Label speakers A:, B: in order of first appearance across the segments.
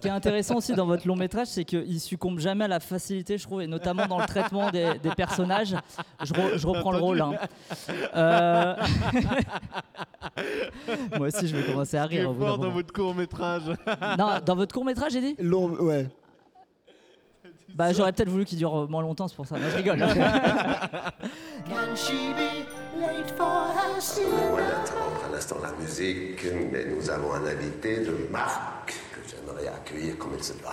A: qui est intéressant aussi dans votre long métrage, c'est qu'il succombe jamais à la facilité, je trouve, et notamment dans le traitement des, des personnages. Je, re- je reprends le rôle. hein. Euh, Moi aussi, je vais commencer à
B: Qui est
A: rire. au bout d'un
B: fort dans
A: moment.
B: votre court métrage.
A: Non, dans votre court métrage, j'ai dit
C: Long, ouais.
A: Bah, j'aurais peut-être voulu qu'il dure euh, moins longtemps, c'est pour ça. Non, je rigole.
D: Can she be late for her soon?
E: Voilà, à l'instant la musique, mais nous avons un invité de marque que j'aimerais accueillir comme il se doit.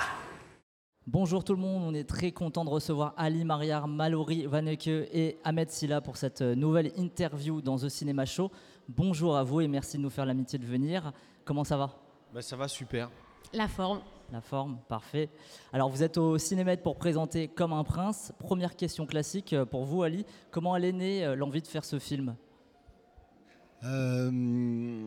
A: Bonjour tout le monde, on est très content de recevoir Ali Mariar, Mallory Vaneke et Ahmed Silla pour cette euh, nouvelle interview dans The Cinema Show. Bonjour à vous et merci de nous faire l'amitié de venir. Comment ça va
B: Bah, ça va super.
F: La forme.
A: La forme, parfait. Alors vous êtes au Cinémètre pour présenter Comme un prince. Première question classique euh, pour vous Ali, comment elle est née euh, l'envie de faire ce film
C: Euh,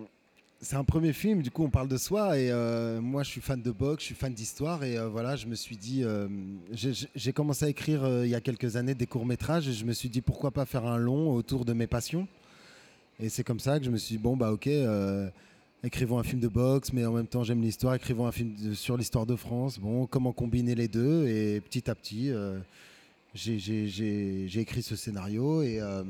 C: c'est un premier film, du coup on parle de soi et euh, moi je suis fan de boxe, je suis fan d'histoire et euh, voilà je me suis dit, euh, j'ai- j'ai j'ai commencé à écrire euh, il y a quelques années des courts métrages et je me suis dit pourquoi pas faire un long autour de mes passions et c'est comme ça que je me suis dit bon bah ok euh, écrivons un film de boxe mais en même temps j'aime l'histoire, écrivons un film de- sur l'histoire de France, bon comment combiner les deux et petit à petit euh, j'ai- j'ai j'ai- j'ai écrit ce scénario et euh,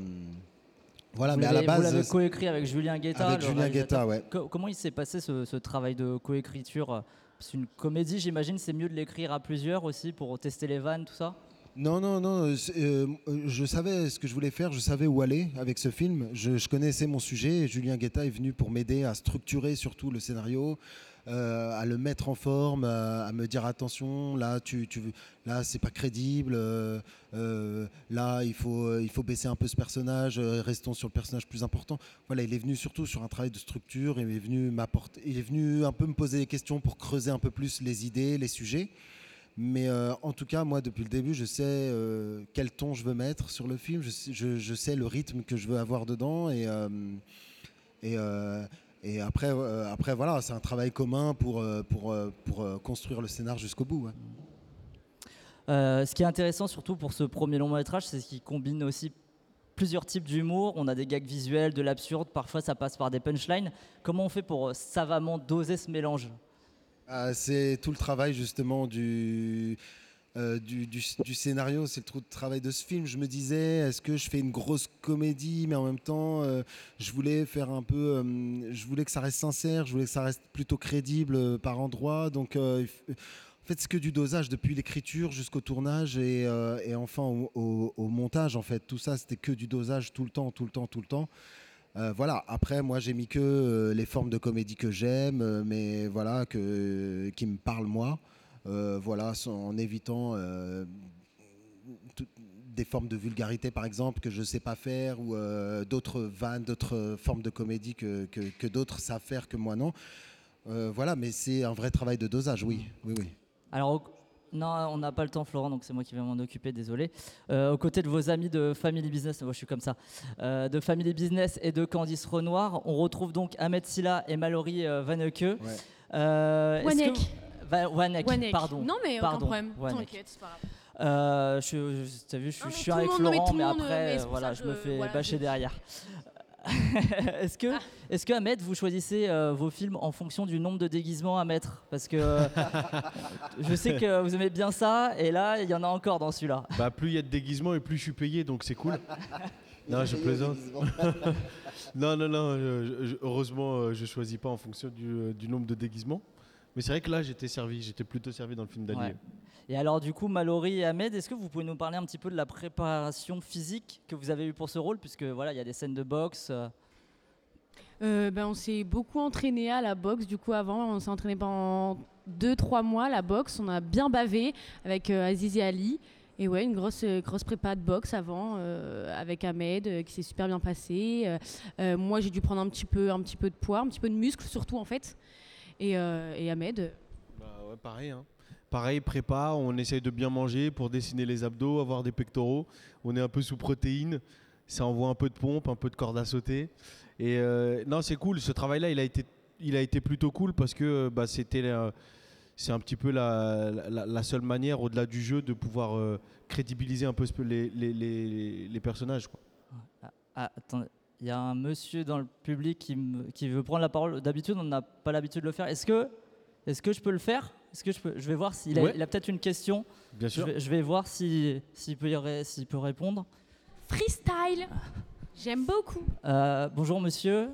C: voilà
A: Vous
C: Ah, mais à la
A: l'avez- vous
C: base
A: l'avez coécrit avec Julien Guetta.
C: avec
A: le
C: Julien
A: réalisateur.
C: Guetta, ouais.
A: Co- Comment il s'est passé ce, ce travail de coécriture C'est une comédie, j'imagine, c'est mieux de l'écrire à plusieurs aussi pour tester les vannes, tout ça
C: Non, non, non. euh, c'est- euh, euh, je savais ce que je voulais faire, je savais où aller avec ce film. Je, je connaissais mon sujet. et Julien Guetta est venu pour m'aider à structurer surtout le scénario, euh, à le mettre en forme, à, à me dire attention, là, tu, tu, là, c'est pas crédible. euh, euh, là, il faut, euh, il faut baisser un peu ce personnage. euh, restons sur le personnage plus important. Voilà, il est venu surtout sur un travail de structure. Il est venu m'apporter, il est venu un peu me poser des questions pour creuser un peu plus les idées, les sujets. Mais euh, en tout cas, moi, depuis le début, je sais euh, quel ton je veux mettre sur le film. Je sais, je- je sais le rythme que je veux avoir dedans. Et, euh, et, euh, et après, euh, après, voilà, c'est un travail commun pour, euh, pour, euh, pour, euh, construire le scénar jusqu'au bout. hein. ouais.
A: Euh, ce qui est intéressant surtout pour ce premier long métrage, c'est qu'il combine aussi plusieurs types d'humour. On a des gags visuels, de l'absurde, parfois ça passe par des punchlines. Comment on fait pour euh, savamment doser ce mélange
C: Ah, c'est tout le travail justement du, euh, du, du- du scénario, c'est le trou de travail de ce film. Je me disais, est-ce que je fais une grosse comédie, mais en même temps, euh, je voulais faire un peu, euh, je voulais que ça reste sincère, je voulais que ça reste plutôt crédible euh, par endroit. Donc, euh, il f- en fait, c'est que du dosage depuis l'écriture jusqu'au tournage et, euh, et enfin au, au- au montage. En fait, tout ça, c'était que du dosage tout le temps, tout le temps, tout le temps. Euh, voilà, après moi j'ai mis que euh, les formes de comédie que j'aime, euh, mais voilà, que, qui me parlent moi, Euh, voilà, sans- en évitant euh, tout- des formes de vulgarité par exemple que je ne sais pas faire, ou euh, d'autres vannes, d'autres euh, formes de comédie que, que, que d'autres savent faire que moi non. Euh, voilà, mais c'est un vrai travail de dosage, oui. oui, oui.
A: Alors, au- non, on n'a pas le temps, Florent, donc c'est moi qui vais m'en occuper, désolé. Euh, aux côtés de vos amis de Family Business, moi je suis comme ça, euh, de Family Business et de Candice Renoir, on retrouve donc Ahmed Silla et Mallory euh, Vaneke. Euh, est-ce que
F: Wanek.
A: vous- Va- Wanek,
F: Wanek.
A: pardon.
F: Non, mais
A: Pardon,
F: aucun problème.
A: Wanek.
F: T'inquiète, c'est pas grave.
A: Euh, je, je- t'as vu, je suis
F: Non, mais
A: chiant
F: tout le
A: avec
F: monde, non, mais
A: Florent,
F: tout le
A: mais,
F: monde, euh, mais
A: après, euh,
F: c'est pour
A: voilà,
F: ça
A: je
F: que,
A: me fais
F: voilà,
A: bâcher
F: je-
A: derrière. est-ce que,
F: Ah.
A: est-ce que Ahmed, vous choisissez euh, vos films en fonction du nombre de déguisements à mettre Parce que je sais que vous aimez bien ça, et là, il y en a encore dans celui-là.
B: Bah, plus il y a de déguisements et plus je suis payé, donc c'est cool. non, je plaisante. Non, non, non. je- je- heureusement, euh, je choisis pas en fonction du, euh, du nombre de déguisements. Mais c'est vrai que là, j'étais servi. J'étais plutôt servi dans le film d'Ali.
A: Ouais. Et alors, du coup, Mallory et Ahmed, est-ce que vous pouvez nous parler un petit peu de la préparation physique que vous avez eue pour ce rôle Puisque voilà, il y a des scènes de boxe. euh,
F: Euh, ben, on s'est beaucoup entraîné à la boxe. Du coup, avant, on s'est entraîné pendant 2-3 mois à la boxe. On a bien bavé avec euh, Aziz et Ali. Et ouais, une grosse, euh, grosse prépa de boxe avant euh, avec Ahmed euh, qui s'est super bien passé. Euh, euh, moi, j'ai dû prendre un petit, peu, un petit peu de poids, un petit peu de muscle surtout en fait. Et, euh, et Ahmed, euh,
B: Bah ouais, pareil. hein. Pareil, prépa, on essaye de bien manger pour dessiner les abdos, avoir des pectoraux. On est un peu sous protéines. Ça envoie un peu de pompe, un peu de corde à sauter. Et euh, non, c'est cool. Ce travail-là, il a été, il a été plutôt cool parce que euh, bah, c'était, euh, c'est un petit peu la, la- la seule manière, au-delà du jeu, de pouvoir euh, crédibiliser un peu ce- les, les- les- les personnages. quoi.
A: Ah, attendez. Il y a un monsieur dans le public qui, me- qui veut prendre la parole. D'habitude, on n'a pas l'habitude de le faire. Est-ce que, est que je peux le faire Est-ce que je peux Je vais voir s'il a,
B: Ouais.
A: il a peut-être une question.
B: Bien
A: Je
B: sûr.
A: vais, je vais voir si- s'il peut, y ré- s'il peut répondre.
F: Freestyle J'aime beaucoup.
A: Euh, bonjour monsieur.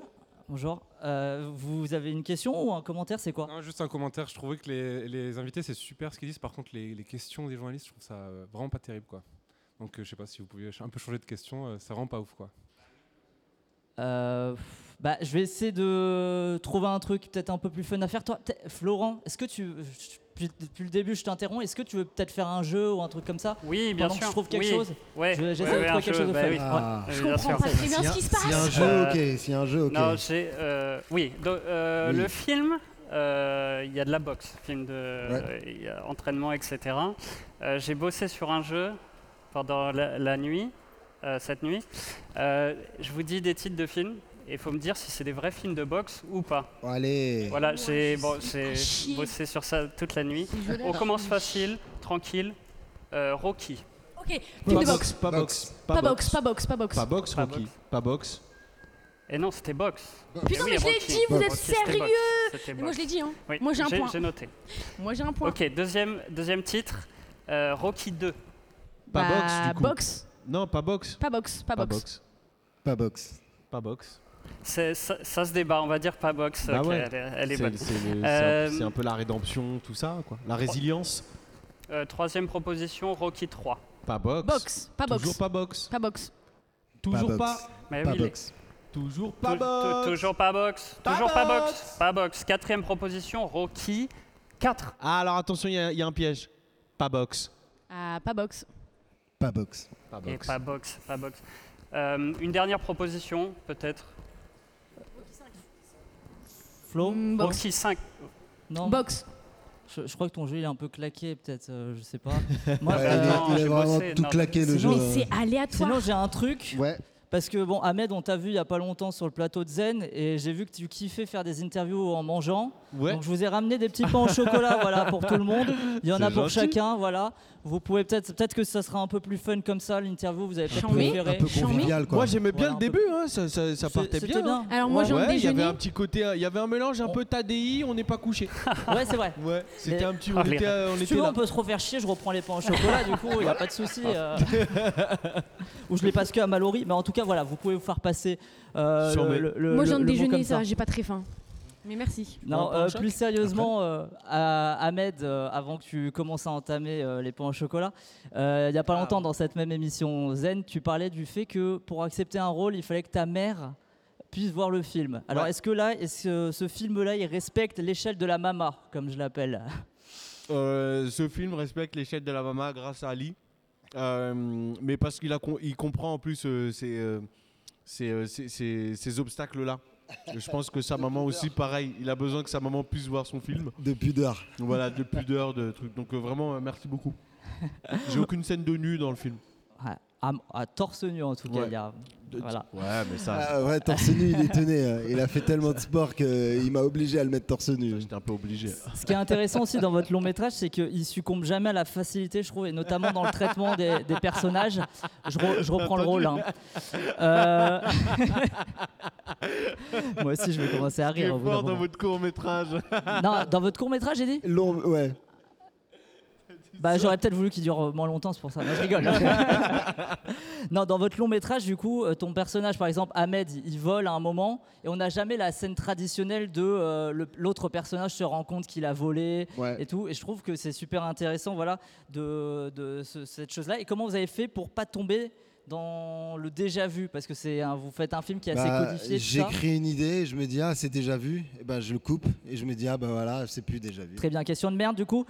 A: Bonjour. Euh, vous avez une question ou un commentaire C'est quoi
G: Non, juste un commentaire, je trouvais que les, les invités c'est super ce qu'ils disent, par contre les, les questions des journalistes je trouve ça euh, vraiment pas terrible quoi. Donc euh, je sais pas si vous pouviez ch- un peu changer de question, euh, ça rend pas ouf quoi.
A: Euh, pff, bah, je vais essayer de trouver un truc peut-être un peu plus fun à faire. Toi, peut-être- Florent, est-ce que tu je- depuis, depuis le début, je t'interromps. Est-ce que tu veux peut-être faire un jeu ou un truc comme ça
H: Oui, bien
A: Pendant
H: sûr.
A: que je trouve quelque
H: oui.
A: chose,
H: Ouais.
A: je- j'essaie
H: ouais,
A: de
H: ouais,
A: trouver
H: un
A: quelque
H: jeu,
A: chose de
H: bah
A: fun.
H: oui.
C: Ah.
H: Euh,
F: Je
H: bien
F: comprends
H: sûr.
F: pas très bien
C: S'il y a-
F: ce qui se passe.
C: s'il y a un jeu,
H: Euh,
C: ok. S'il y a un jeu, ok.
H: Non, j'ai. euh, oui, donc, euh,
C: Oui.
H: le film, euh, il y a de la boxe, film de
C: Ouais.
H: il y a entraînement, etc. Euh, j'ai bossé sur un jeu pendant la, la nuit, euh, cette nuit. Euh, je vous dis des titres de films. Et il faut me dire si c'est des vrais films de boxe ou pas.
C: Bon, allez.
H: Voilà,
F: Ouais,
H: j'ai
F: je
H: bon,
F: suis pas
H: j'ai
F: chier.
H: bossé sur ça toute la nuit.
F: Je l'ai.
H: On commence facile, tranquille. Euh, Rocky.
F: Ok,
B: Pas
F: film de boxe.
B: box, pas box,
F: Pas boxe, pas boxe, pas boxe.
B: Pas box,
H: Pas
B: Rocky.
H: box.
B: Pas box.
H: Et Eh non, c'était boxe.
F: Putain,
H: Eh oui,
F: mais je l'ai
H: Rocky.
F: dit, vous
C: Rocky,
F: êtes
H: Rocky, c'était boxe.
F: sérieux Mais
H: C'était
F: Moi,
H: boxe.
F: je l'ai dit, hein.
H: Oui,
F: Moi, j'ai un point.
H: J'ai noté.
F: Moi, j'ai un point.
H: Ok, deuxième, deuxième titre, euh, Rocky 2.
B: Pas
F: Bah,
B: boxe, du coup.
F: boxe.
B: Non, pas box.
F: Pas boxe, pas
B: Pas
F: boxe.
B: box.
C: Pas box.
B: Pas box.
H: Ça, ça se débat, on va dire pas boxe.
B: Bah
H: ok,
B: ouais.
H: elle, est- elle est
B: C'est
H: bonne.
B: c'est le- c'est
H: Euh,
B: un- c'est un peu la rédemption, tout ça, quoi. La résilience.
H: Euh, troisième proposition, Rocky 3.
B: Pas box.
F: Boxe, pas
B: Toujours
F: box.
B: pas box.
F: Pas box.
B: Toujours
C: box.
B: pas.
H: Mais
C: Pas
H: oui, les-
C: box.
B: Toujours
H: tou-
B: pas
H: tou-
B: box.
H: Toujours pas boxe.
B: Pas
H: toujours pas
B: boxe.
H: boxe. Pas boxe. Quatrième proposition, Rocky 4.
B: Ah, alors attention, il y, a- il y a un piège. Pas box.
F: Ah, pas box.
C: Pas box.
B: Pas
H: Et
B: box.
H: pas boxe, pas boxe. Euh, une dernière proposition, peut-être.
B: Ah
A: Flo
F: Mm, box.
H: Rocky 5.
A: Non.
F: Box.
A: Je, je crois que ton jeu il est un peu claqué, peut-être. euh, je sais pas. Moi,
C: Ouais,
A: euh,
C: il est-
H: non,
C: il est
H: j'ai
C: vraiment
H: bossé,
C: tout
H: non.
C: claqué le jeu. euh.
F: Mais c'est aléatoire.
A: sinon j'ai un truc.
C: Ouais.
A: Parce que bon, Ahmed, on t'a vu il y a pas longtemps sur le plateau de Zen et j'ai vu que tu kiffais faire des interviews en mangeant.
B: Ouais.
A: Donc je vous ai ramené des petits pains au chocolat, voilà, pour tout le monde. Il y en
B: C'est
A: a pour
B: gentil.
A: chacun, voilà. Vous pouvez peut-être, peut-être que ça sera un peu plus fun comme ça l'interview. Vous avez peut-être
F: Chambé.
A: préféré.
C: Un peu
F: Chambé.
C: convivial, quoi.
B: Moi, j'aimais bien
A: Voilà, un
B: le début, hein, ça, ça, ça
A: C'est-
B: partait
A: c'était
B: bien. hein.
F: Alors moi, j'ai envie de
B: Ouais, il y avait
F: déjeuner.
B: un petit côté, euh, il y avait un mélange un peu Tadei, on n'est pas couché.
A: Ouais, c'est vrai.
B: Ouais,
A: Mais-
B: c'était un petit, on
H: Ah, les
B: était, euh, on
A: Si
B: était
A: tu veux,
B: là.
A: on peut se refaire chier, je reprends les pains au chocolat, du coup, il n'y a pas de souci. euh. Ou je les passe que à Mallory. Mais en tout cas, voilà, vous pouvez vous faire passer euh,
B: Sur
A: le,
B: mes-
A: le- le-
F: Moi, j'ai
A: le-
F: envie de
A: le mot
F: déjeuner,
A: comme
F: ça. J'ai pas très faim. Mais merci.
A: Non,
B: Un pain au
A: euh,
B: choc
A: plus sérieusement, euh, à- Ahmed, euh, avant que tu commences à entamer euh, les pains au chocolat, euh, il n'y a
B: Ah.
A: pas longtemps, dans cette même émission Zen, tu parlais du fait que pour accepter un rôle, il fallait que ta mère puisse voir le film. Alors,
B: Ouais.
A: est-ce que là, est-ce que ce film-là, il respecte l'échelle de la mama, comme je l'appelle
B: Euh, ce film respecte l'échelle de la mama grâce à Ali. Euh, mais parce qu'il a com- il comprend en plus euh, ces, euh, ces, euh, ces- ces- ces obstacles-là. Je pense que sa maman aussi, pareil, il a besoin que sa maman puisse voir son film.
C: De pudeur.
B: Donc Voilà, de pudeur, de trucs. Donc euh, vraiment, euh, merci beaucoup. J'ai aucune scène de nu dans le film.
A: Ouais, à, à torse nu, en tout cas.
B: Ouais.
A: il y a-
B: De-
A: Voilà.
B: Ouais, mais ça,
C: Ah ouais, torse nu, il est tenu. euh, Il a fait tellement de sport qu'il m'a obligé à le mettre torse nu.
B: j'étais un peu obligé.
A: Ce qui est intéressant aussi dans votre long métrage, c'est qu'il succombe jamais à la facilité, je trouve, et notamment dans le traitement des, des personnages. Je, re- je reprends le rôle. hein. Euh, Moi aussi, je vais commencer à rire. au bout d'un moment.
B: votre court métrage.
A: Non, dans votre court métrage, j'ai dit
C: Long, ouais.
A: Bah, j'aurais peut-être voulu qu'il dure moins longtemps, c'est pour ça. Non, je rigole. non, dans votre long métrage, du coup, euh, ton personnage, par exemple, Ahmed, il- il vole à un moment et on n'a jamais la scène traditionnelle de euh, le- l'autre personnage se rend compte qu'il a volé
C: Ouais.
A: et tout. Et je trouve que c'est super intéressant, voilà, de, de ce- cette chose-là. Et comment vous avez fait pour pas tomber dans le déjà vu Parce que c'est un- vous faites un film qui est assez
C: Bah,
A: codifié. tout ça.
C: J'écris une idée et je me dis, ah, c'est déjà vu. Et ben, je le coupe et je me dis, ah, bah voilà, c'est plus déjà vu.
A: Très bien, question de merde du coup.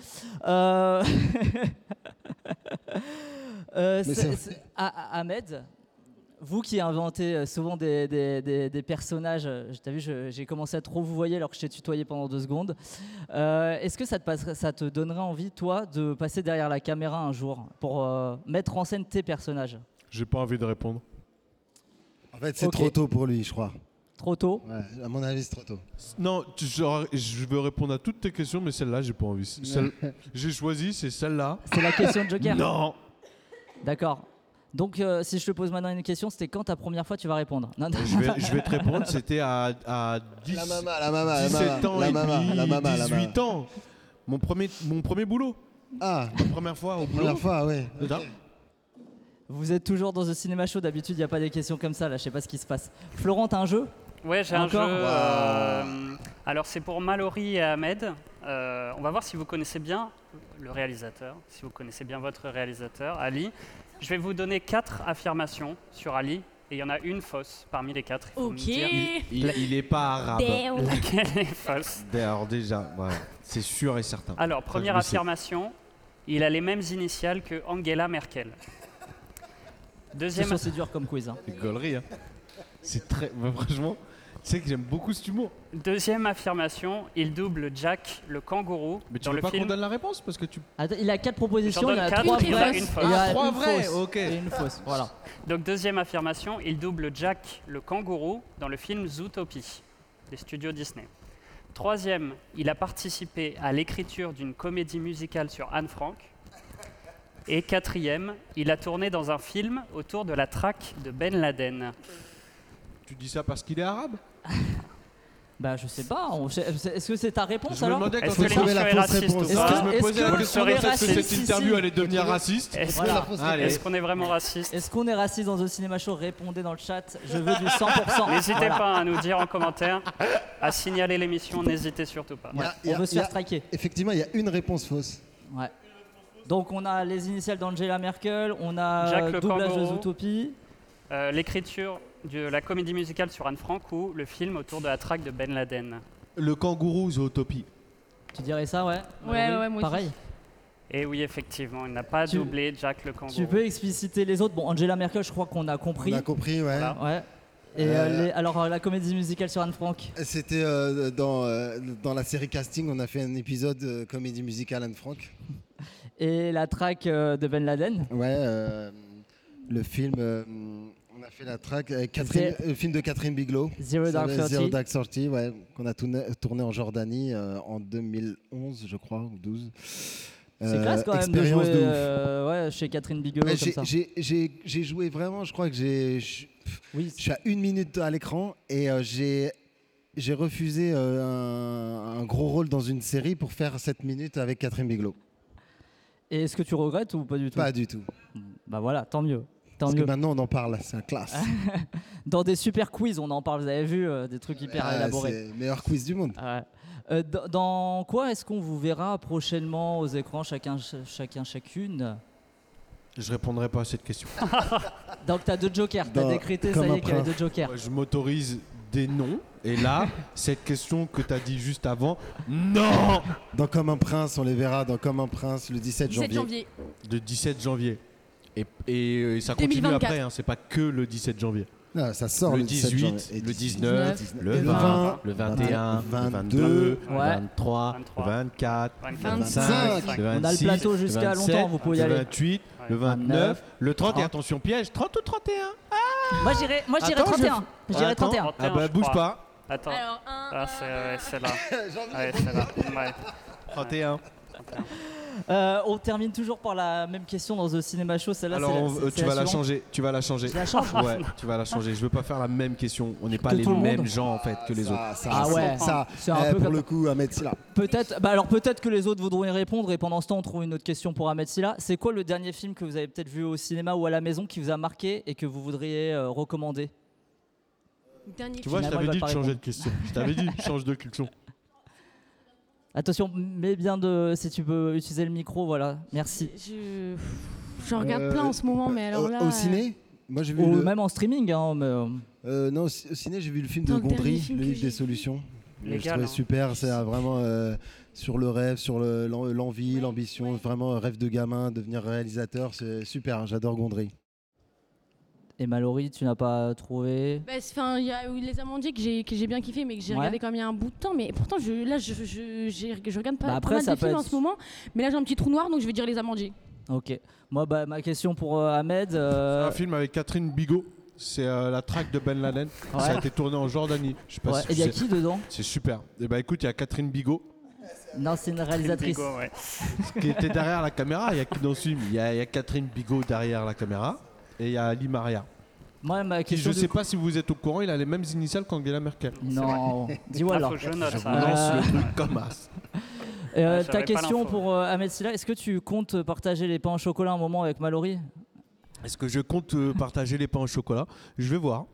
A: Euh, euh,
C: Mais
A: c'est-
C: c'est vrai.
A: c'est- Ah- ah- Ahmed, vous qui inventez euh, souvent des, des- des- des personnages, euh, je- t'as vu, je- j'ai commencé à trop vous voyer alors que je t'ai tutoyé pendant deux secondes. Euh, Est-ce que ça te, passerait- ça te donnerait envie, toi, de passer derrière la caméra un jour pour euh, mettre en scène tes personnages
B: J'ai pas envie de répondre.
C: En fait, c'est
A: Ok.
C: trop tôt pour lui, je crois.
A: Trop tôt
C: Ouais, à mon avis, c'est trop tôt.
B: Non, tu- genre, je veux répondre à toutes tes questions, mais celle-là, j'ai pas envie. Celle- J'ai choisi, c'est celle-là.
A: C'est la question de Joker.
B: Non
A: D'accord. Donc, euh, si je te pose maintenant une question, c'était quand ta première fois tu vas répondre Non, non.
B: je vais, je vais te répondre, c'était à, à 10,
C: La mama, la mama, la mama.
B: 17 ans
C: la
B: et
C: mama,
B: demi,
C: la mama, la mama.
B: 18 ans. Mon premier, mon premier boulot,
C: Ah,
B: ma première fois au boulot.
C: première fois, ouais.
B: Dedans.
A: Vous êtes toujours dans le cinéma show, d'habitude il n'y a pas des questions comme ça, là je sais pas ce qui se passe. Florent, t'as un jeu
H: Ouais, j'ai un jeu.
A: Encore
H: euh, alors, c'est pour Mallory et Ahmed. Euh, on va voir si vous connaissez bien le réalisateur, si vous connaissez bien votre réalisateur, Ali. Je vais vous donner quatre affirmations sur Ali, et il y en a une fausse parmi les quatre. Il faut me
F: Ok.
H: dire
B: Il, il- il est pas arabe.
H: laquelle est fausse.
B: D'ailleurs, déjà, voilà, c'est sûr et certain.
H: Alors,
B: je
H: première
B: le sais.
H: affirmation, il a les mêmes initiales que Angela Merkel.
A: C'est
H: Deuxième,
A: sûr, c'est dur comme quiz. hein.
B: C'est gaulerie, hein. C'est très. bah, franchement, tu sais que j'aime beaucoup cet humour.
H: deuxième affirmation, il double Jack le kangourou
B: Mais tu
H: dans
B: veux
H: le
B: pas qu'on
H: film.
B: donne la réponse Parce que tu.
A: Attends, il a quatre propositions,
H: J'en
A: il
H: donne
A: y en a
H: quatre,
A: trois
H: il y en a
A: vraies,
H: une
A: et
H: fausse.
A: il y a
B: Ah, trois
A: une
B: vraies,
A: fausse,
B: ok.
A: et une fausse, voilà.
H: Donc deuxième affirmation, il double Jack le kangourou dans le film Zootopie des studios Disney. Troisième, il a participé à l'écriture d'une comédie musicale sur Anne Frank. Et quatrième, il a tourné dans un film autour de la traque de Ben Laden.
B: Tu dis ça parce qu'il est arabe
A: Bah je sais pas, on- je- est-ce que c'est ta réponse
B: Je me
A: alors
B: demandais quand
H: Est-ce que
B: est-ce
C: trouver
H: l'émission
C: la
H: est
C: fausse
H: raciste
C: réponse.
H: ou
A: Est-ce
H: pas
B: que je me
A: Est-ce
B: posais
A: que
B: la
A: vous
B: question
A: serez
B: est-ce que
A: raciste
B: cette
A: ici
B: interview allait devenir raciste
H: Est-ce
A: Voilà.
C: fausse
B: Allez.
H: Est-ce qu'on est vraiment raciste
A: Est-ce qu'on est raciste dans The Cinéma Show Répondez dans le chat, je veux du 100%.
H: N'hésitez
A: Voilà.
H: pas à nous dire en commentaire, à signaler l'émission, n'hésitez surtout pas.
C: Il y a- il y
A: On
C: a-
A: veut se
C: il y a-
A: faire striker.
C: Effectivement, il y a une réponse fausse.
A: Ouais. Donc on a les initiales d'Angela Merkel, on a
H: Jacques
A: euh,
H: Le
A: doublage de
H: Kangourou.
A: Zootopie.
H: Euh, L'écriture de la comédie musicale sur Anne Frank ou le film autour de la traque de Ben Laden.
B: Le kangourou Zootopie.
A: Tu dirais ça, ouais
F: Ouais,
A: Laurie
F: ouais, moi aussi.
A: Pareil.
H: Et Eh oui, effectivement, il n'a pas
A: Tu-
H: doublé Jack le
A: Tu
H: kangourou.
A: peux expliciter les autres Bon, Angela Merkel, je crois qu'on a compris.
C: On a compris, ouais.
H: Voilà.
A: Ouais. Et
C: Euh,
A: euh, les- alors euh, la comédie musicale sur Anne Frank.
C: C'était euh, dans, euh, dans la série casting, on a fait un épisode euh, comédie musicale Anne Frank.
A: Et la track euh, de Ben Laden.
C: Ouais, euh, le film, euh, on a fait la track, avec Catherine, le film de Catherine Bigelow.
A: Zero Dark
C: Ça, Zero
A: Thirty.
C: Dark Thirty, ouais, qu'on a tourné, tourné en Jordanie euh, en 2011, je crois, ou 12.
A: C'est
C: Euh,
A: classe quand même de
C: expérience
A: jouer
C: ouf.
A: euh, ouais, chez Catherine Bigelow
C: Ouais,
A: comme
C: j'ai-
A: ça.
C: j'ai- J'ai j'ai joué vraiment, je crois que j'ai. Je
A: Oui.
C: je suis à une minute à l'écran et euh, j'ai. J'ai refusé euh, un, un gros rôle dans une série pour faire 7 minutes avec Catherine Bigelow.
A: Et est-ce que tu regrettes ou pas du tout
C: Pas du tout.
A: Bah voilà, tant mieux. Tant
C: Parce que
A: mieux. Ah,
C: maintenant on en parle, c'est un classe.
A: Dans des super quiz, on en parle, vous avez vu, euh, des trucs hyper
C: Ah,
A: élaborés.
C: c'est le meilleur quiz du monde.
A: Ah ouais. Euh, dans- dans quoi est-ce qu'on vous verra prochainement aux écrans, chacun, ch- chacun chacune
B: Je répondrai pas à cette question.
A: Donc t'as deux jokers, t'as
C: Dans-
A: décrété, ça
C: comme
A: y
C: un
A: est, qu'il y avait
C: prince.
A: deux jokers.
B: Moi, Je m'autorise des noms. Et là, cette question que t'as dit juste avant, non
C: Dans Comme un prince, on les verra dans Comme un prince le 17
F: 17
C: janvier.
F: janvier.
B: Le 17 janvier. Et, et, euh, ça continue
F: 2024.
B: après, hein, c'est pas que le 17 janvier.
C: Non, Ah, ça sort
B: le
C: le,
B: 18,
C: 17 janvier. Et
B: le 19,
F: 19,
B: le 20, le 21,
C: 22,
B: le
A: Ouais.
B: 23, le
H: 23,
B: 24, le 25,
C: 25,
B: le 26,
A: On a le plateau jusqu'à
B: le
A: longtemps, vous pouvez y
B: Le
A: aller.
B: 28,
H: Ouais.
B: le 29,
A: 29,
B: le 30, et
A: 30.
B: attention piège, 30 ou 31
A: Moi j'irai moi, j'irai
B: Attends, je-
A: 31. J'irai
B: Attends,
A: 31.
B: Ah
H: 31,
B: bah
H: je
B: bouge
H: crois.
B: pas,
H: Attends,
F: Alors, un,
I: euh,
H: ah, c'est ouais, c'est là. Ouais, c'est là. Ouais.
B: 31.
A: Euh, on termine toujours par la même question dans The Cinéma Show. Celle-là,
B: Alors
A: c'est la-
B: on-
A: c'est-
B: euh,
A: c'est
B: tu vas la
A: suivante.
B: changer, tu vas la changer.
A: Je la change
B: Ouais, tu vas la changer. Je veux pas faire la même question. On n'est pas
A: Que
B: les
A: tout le monde.
B: mêmes gens en fait que les autres.
C: Ah, ça,
A: Ah
C: ça,
A: ouais.
C: ça,
A: C'est un
C: eh,
A: peu
C: pour
A: comme-
C: le coup, Ahmed Silla.
A: Peut-être. Bah alors peut-être que les autres voudront y répondre et pendant ce temps on trouve une autre question pour Ahmed Silla. C'est quoi le dernier film que vous avez peut-être vu au cinéma ou à la maison qui vous a marqué et que vous voudriez euh, recommander
F: Dernier
B: Tu vois, je
A: Finalement, il
B: t'avais
A: va
B: dit de
A: pas
B: changer de
A: répondre.
B: question. Je t'avais dit change de question.
A: Attention, mets bien de si tu peux utiliser le micro, voilà. Merci.
F: Je... J'en regarde
C: Euh,
F: plein en ce moment, mais alors
C: Au-
F: là.
C: au,
F: euh,
C: ciné Moi j'ai vu
A: Ou
C: le...
A: même en streaming, hein, mais, euh,
C: euh, non, au ci- au ciné, j'ai vu le film de
F: Attends, le dernier
C: Gondry,
F: film
C: Le
F: que
C: livre
F: j'ai
C: des
F: vu.
C: solutions. Je
H: Légal,
C: trouvais
H: hein.
C: super, c'est euh, vraiment euh, sur le rêve, sur le- l'en- l'envie, l'ambition, vraiment euh, rêve de gamin, devenir réalisateur, c'est super, hein, j'adore Gondry.
A: Et Mallory, tu n'as pas trouvé.
F: bah, c'est- 'fin, il y a eu les amandiers que j'ai que j'ai bien kiffé, mais que j'ai
A: Ouais.
F: regardé comme il y a un bout de temps. Mais pourtant, je, là, je, je, j'ai- je regarde pas,
A: Bah
F: pas
A: après,
F: mal
A: ça
F: de
A: peut
F: films en
A: être-
F: ce moment. Mais là, j'ai un petit trou noir, donc je vais dire les amandiers.
A: Ok. Moi, bah, ma question pour euh, Ahmed. euh,
B: Un film avec Catherine Bigot. C'est euh, la traque de Ben Laden.
A: Ouais.
B: Ça a été tourné en Jordanie. Je sais pas
A: ouais,
B: si
A: Et il
B: tu
A: y a
B: sais.
A: qui dedans
B: C'est super. Et bah écoute, il y a Catherine Bigot
A: Non, c'est une réalisatrice.
H: Bigot, ouais.
B: qui était derrière la caméra. Il y a qui dans ce film Il y, a il y a Catherine Bigot derrière la caméra. Et il y a Ali Maria.
A: Moi, ma
B: Qui, je
A: question. du
B: sais
A: coup-
B: pas si vous êtes au courant, il a les mêmes initiales qu'Angela Merkel.
H: C'est vrai.
A: Non, dis-moi
H: Ah,
A: alors.
H: faut que je note
B: Je vous
H: ça.
A: Euh,
B: lance le truc comme as.
A: Euh,
H: Ouais, j'aurais
A: ta
H: pas
A: question
H: l'info.
A: pour euh, Ahmed Silla, est-ce que tu comptes partager les pains au chocolat un moment avec Mallory
B: Est-ce que je compte euh, partager les pains au chocolat Je vais voir.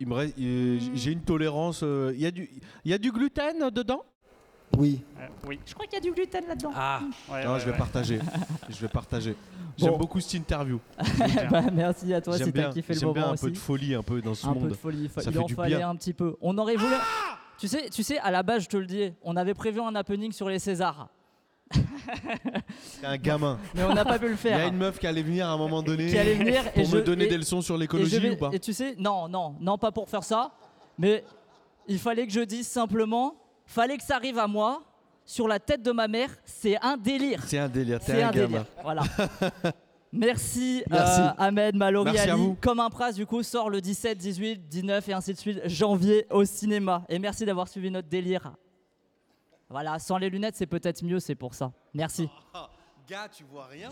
B: Il me reste- euh, j- j'ai une tolérance. euh, Il y, a du- il y a du gluten euh, dedans
C: Oui.
H: Euh, oui.
I: Je crois qu'il y a du gluten là-dedans.
B: Ah
H: Ouais,
B: Non,
H: ouais,
B: je vais
H: ouais.
B: partager. Je vais partager. J'aime
A: Bon.
B: beaucoup cette interview.
A: Bah, Merci à toi
B: J'aime
A: si t'as
B: bien,
A: kiffé le
B: j'aime
A: moment
B: bien un
A: aussi.
B: peu de folie un peu dans ce
A: un peu
B: monde.
A: de folie, fa-
B: Ça
A: il
B: fait
A: en
B: du
A: fallait
B: bien. Ah
A: un petit peu. On aurait voulu. tu sais, tu sais, à la base, je te le dis, on avait prévu un happening sur les Césars,
B: C'est un gamin.
A: mais on n'a pas pu le
B: Il y a
A: faire.
B: une meuf qui allait venir à un moment donné
A: Qui allait venir et
B: pour me
A: je-
B: donner
A: et-
B: des leçons sur
A: Et, je
B: l'écologie
A: vais-
B: ou pas
A: et tu sais, non, non, non, pas pour faire ça, mais il fallait que je dise simplement, fallait que ça arrive à moi, sur la tête de ma mère, c'est un délire.
B: C'est un délire. T'es
A: C'est
B: un,
A: un
B: gamin.
A: délire. Voilà. Merci, euh,
B: Merci.
A: Ahmed, Mallory,
B: Merci à
A: Ali.
B: vous.
A: Comme un prince, du coup, sort le 17, 18, 19 et ainsi de suite, janvier au cinéma. Et merci d'avoir suivi notre délire. Voilà, sans les lunettes, c'est peut-être mieux, c'est pour ça. Merci.
B: Gars, tu vois rien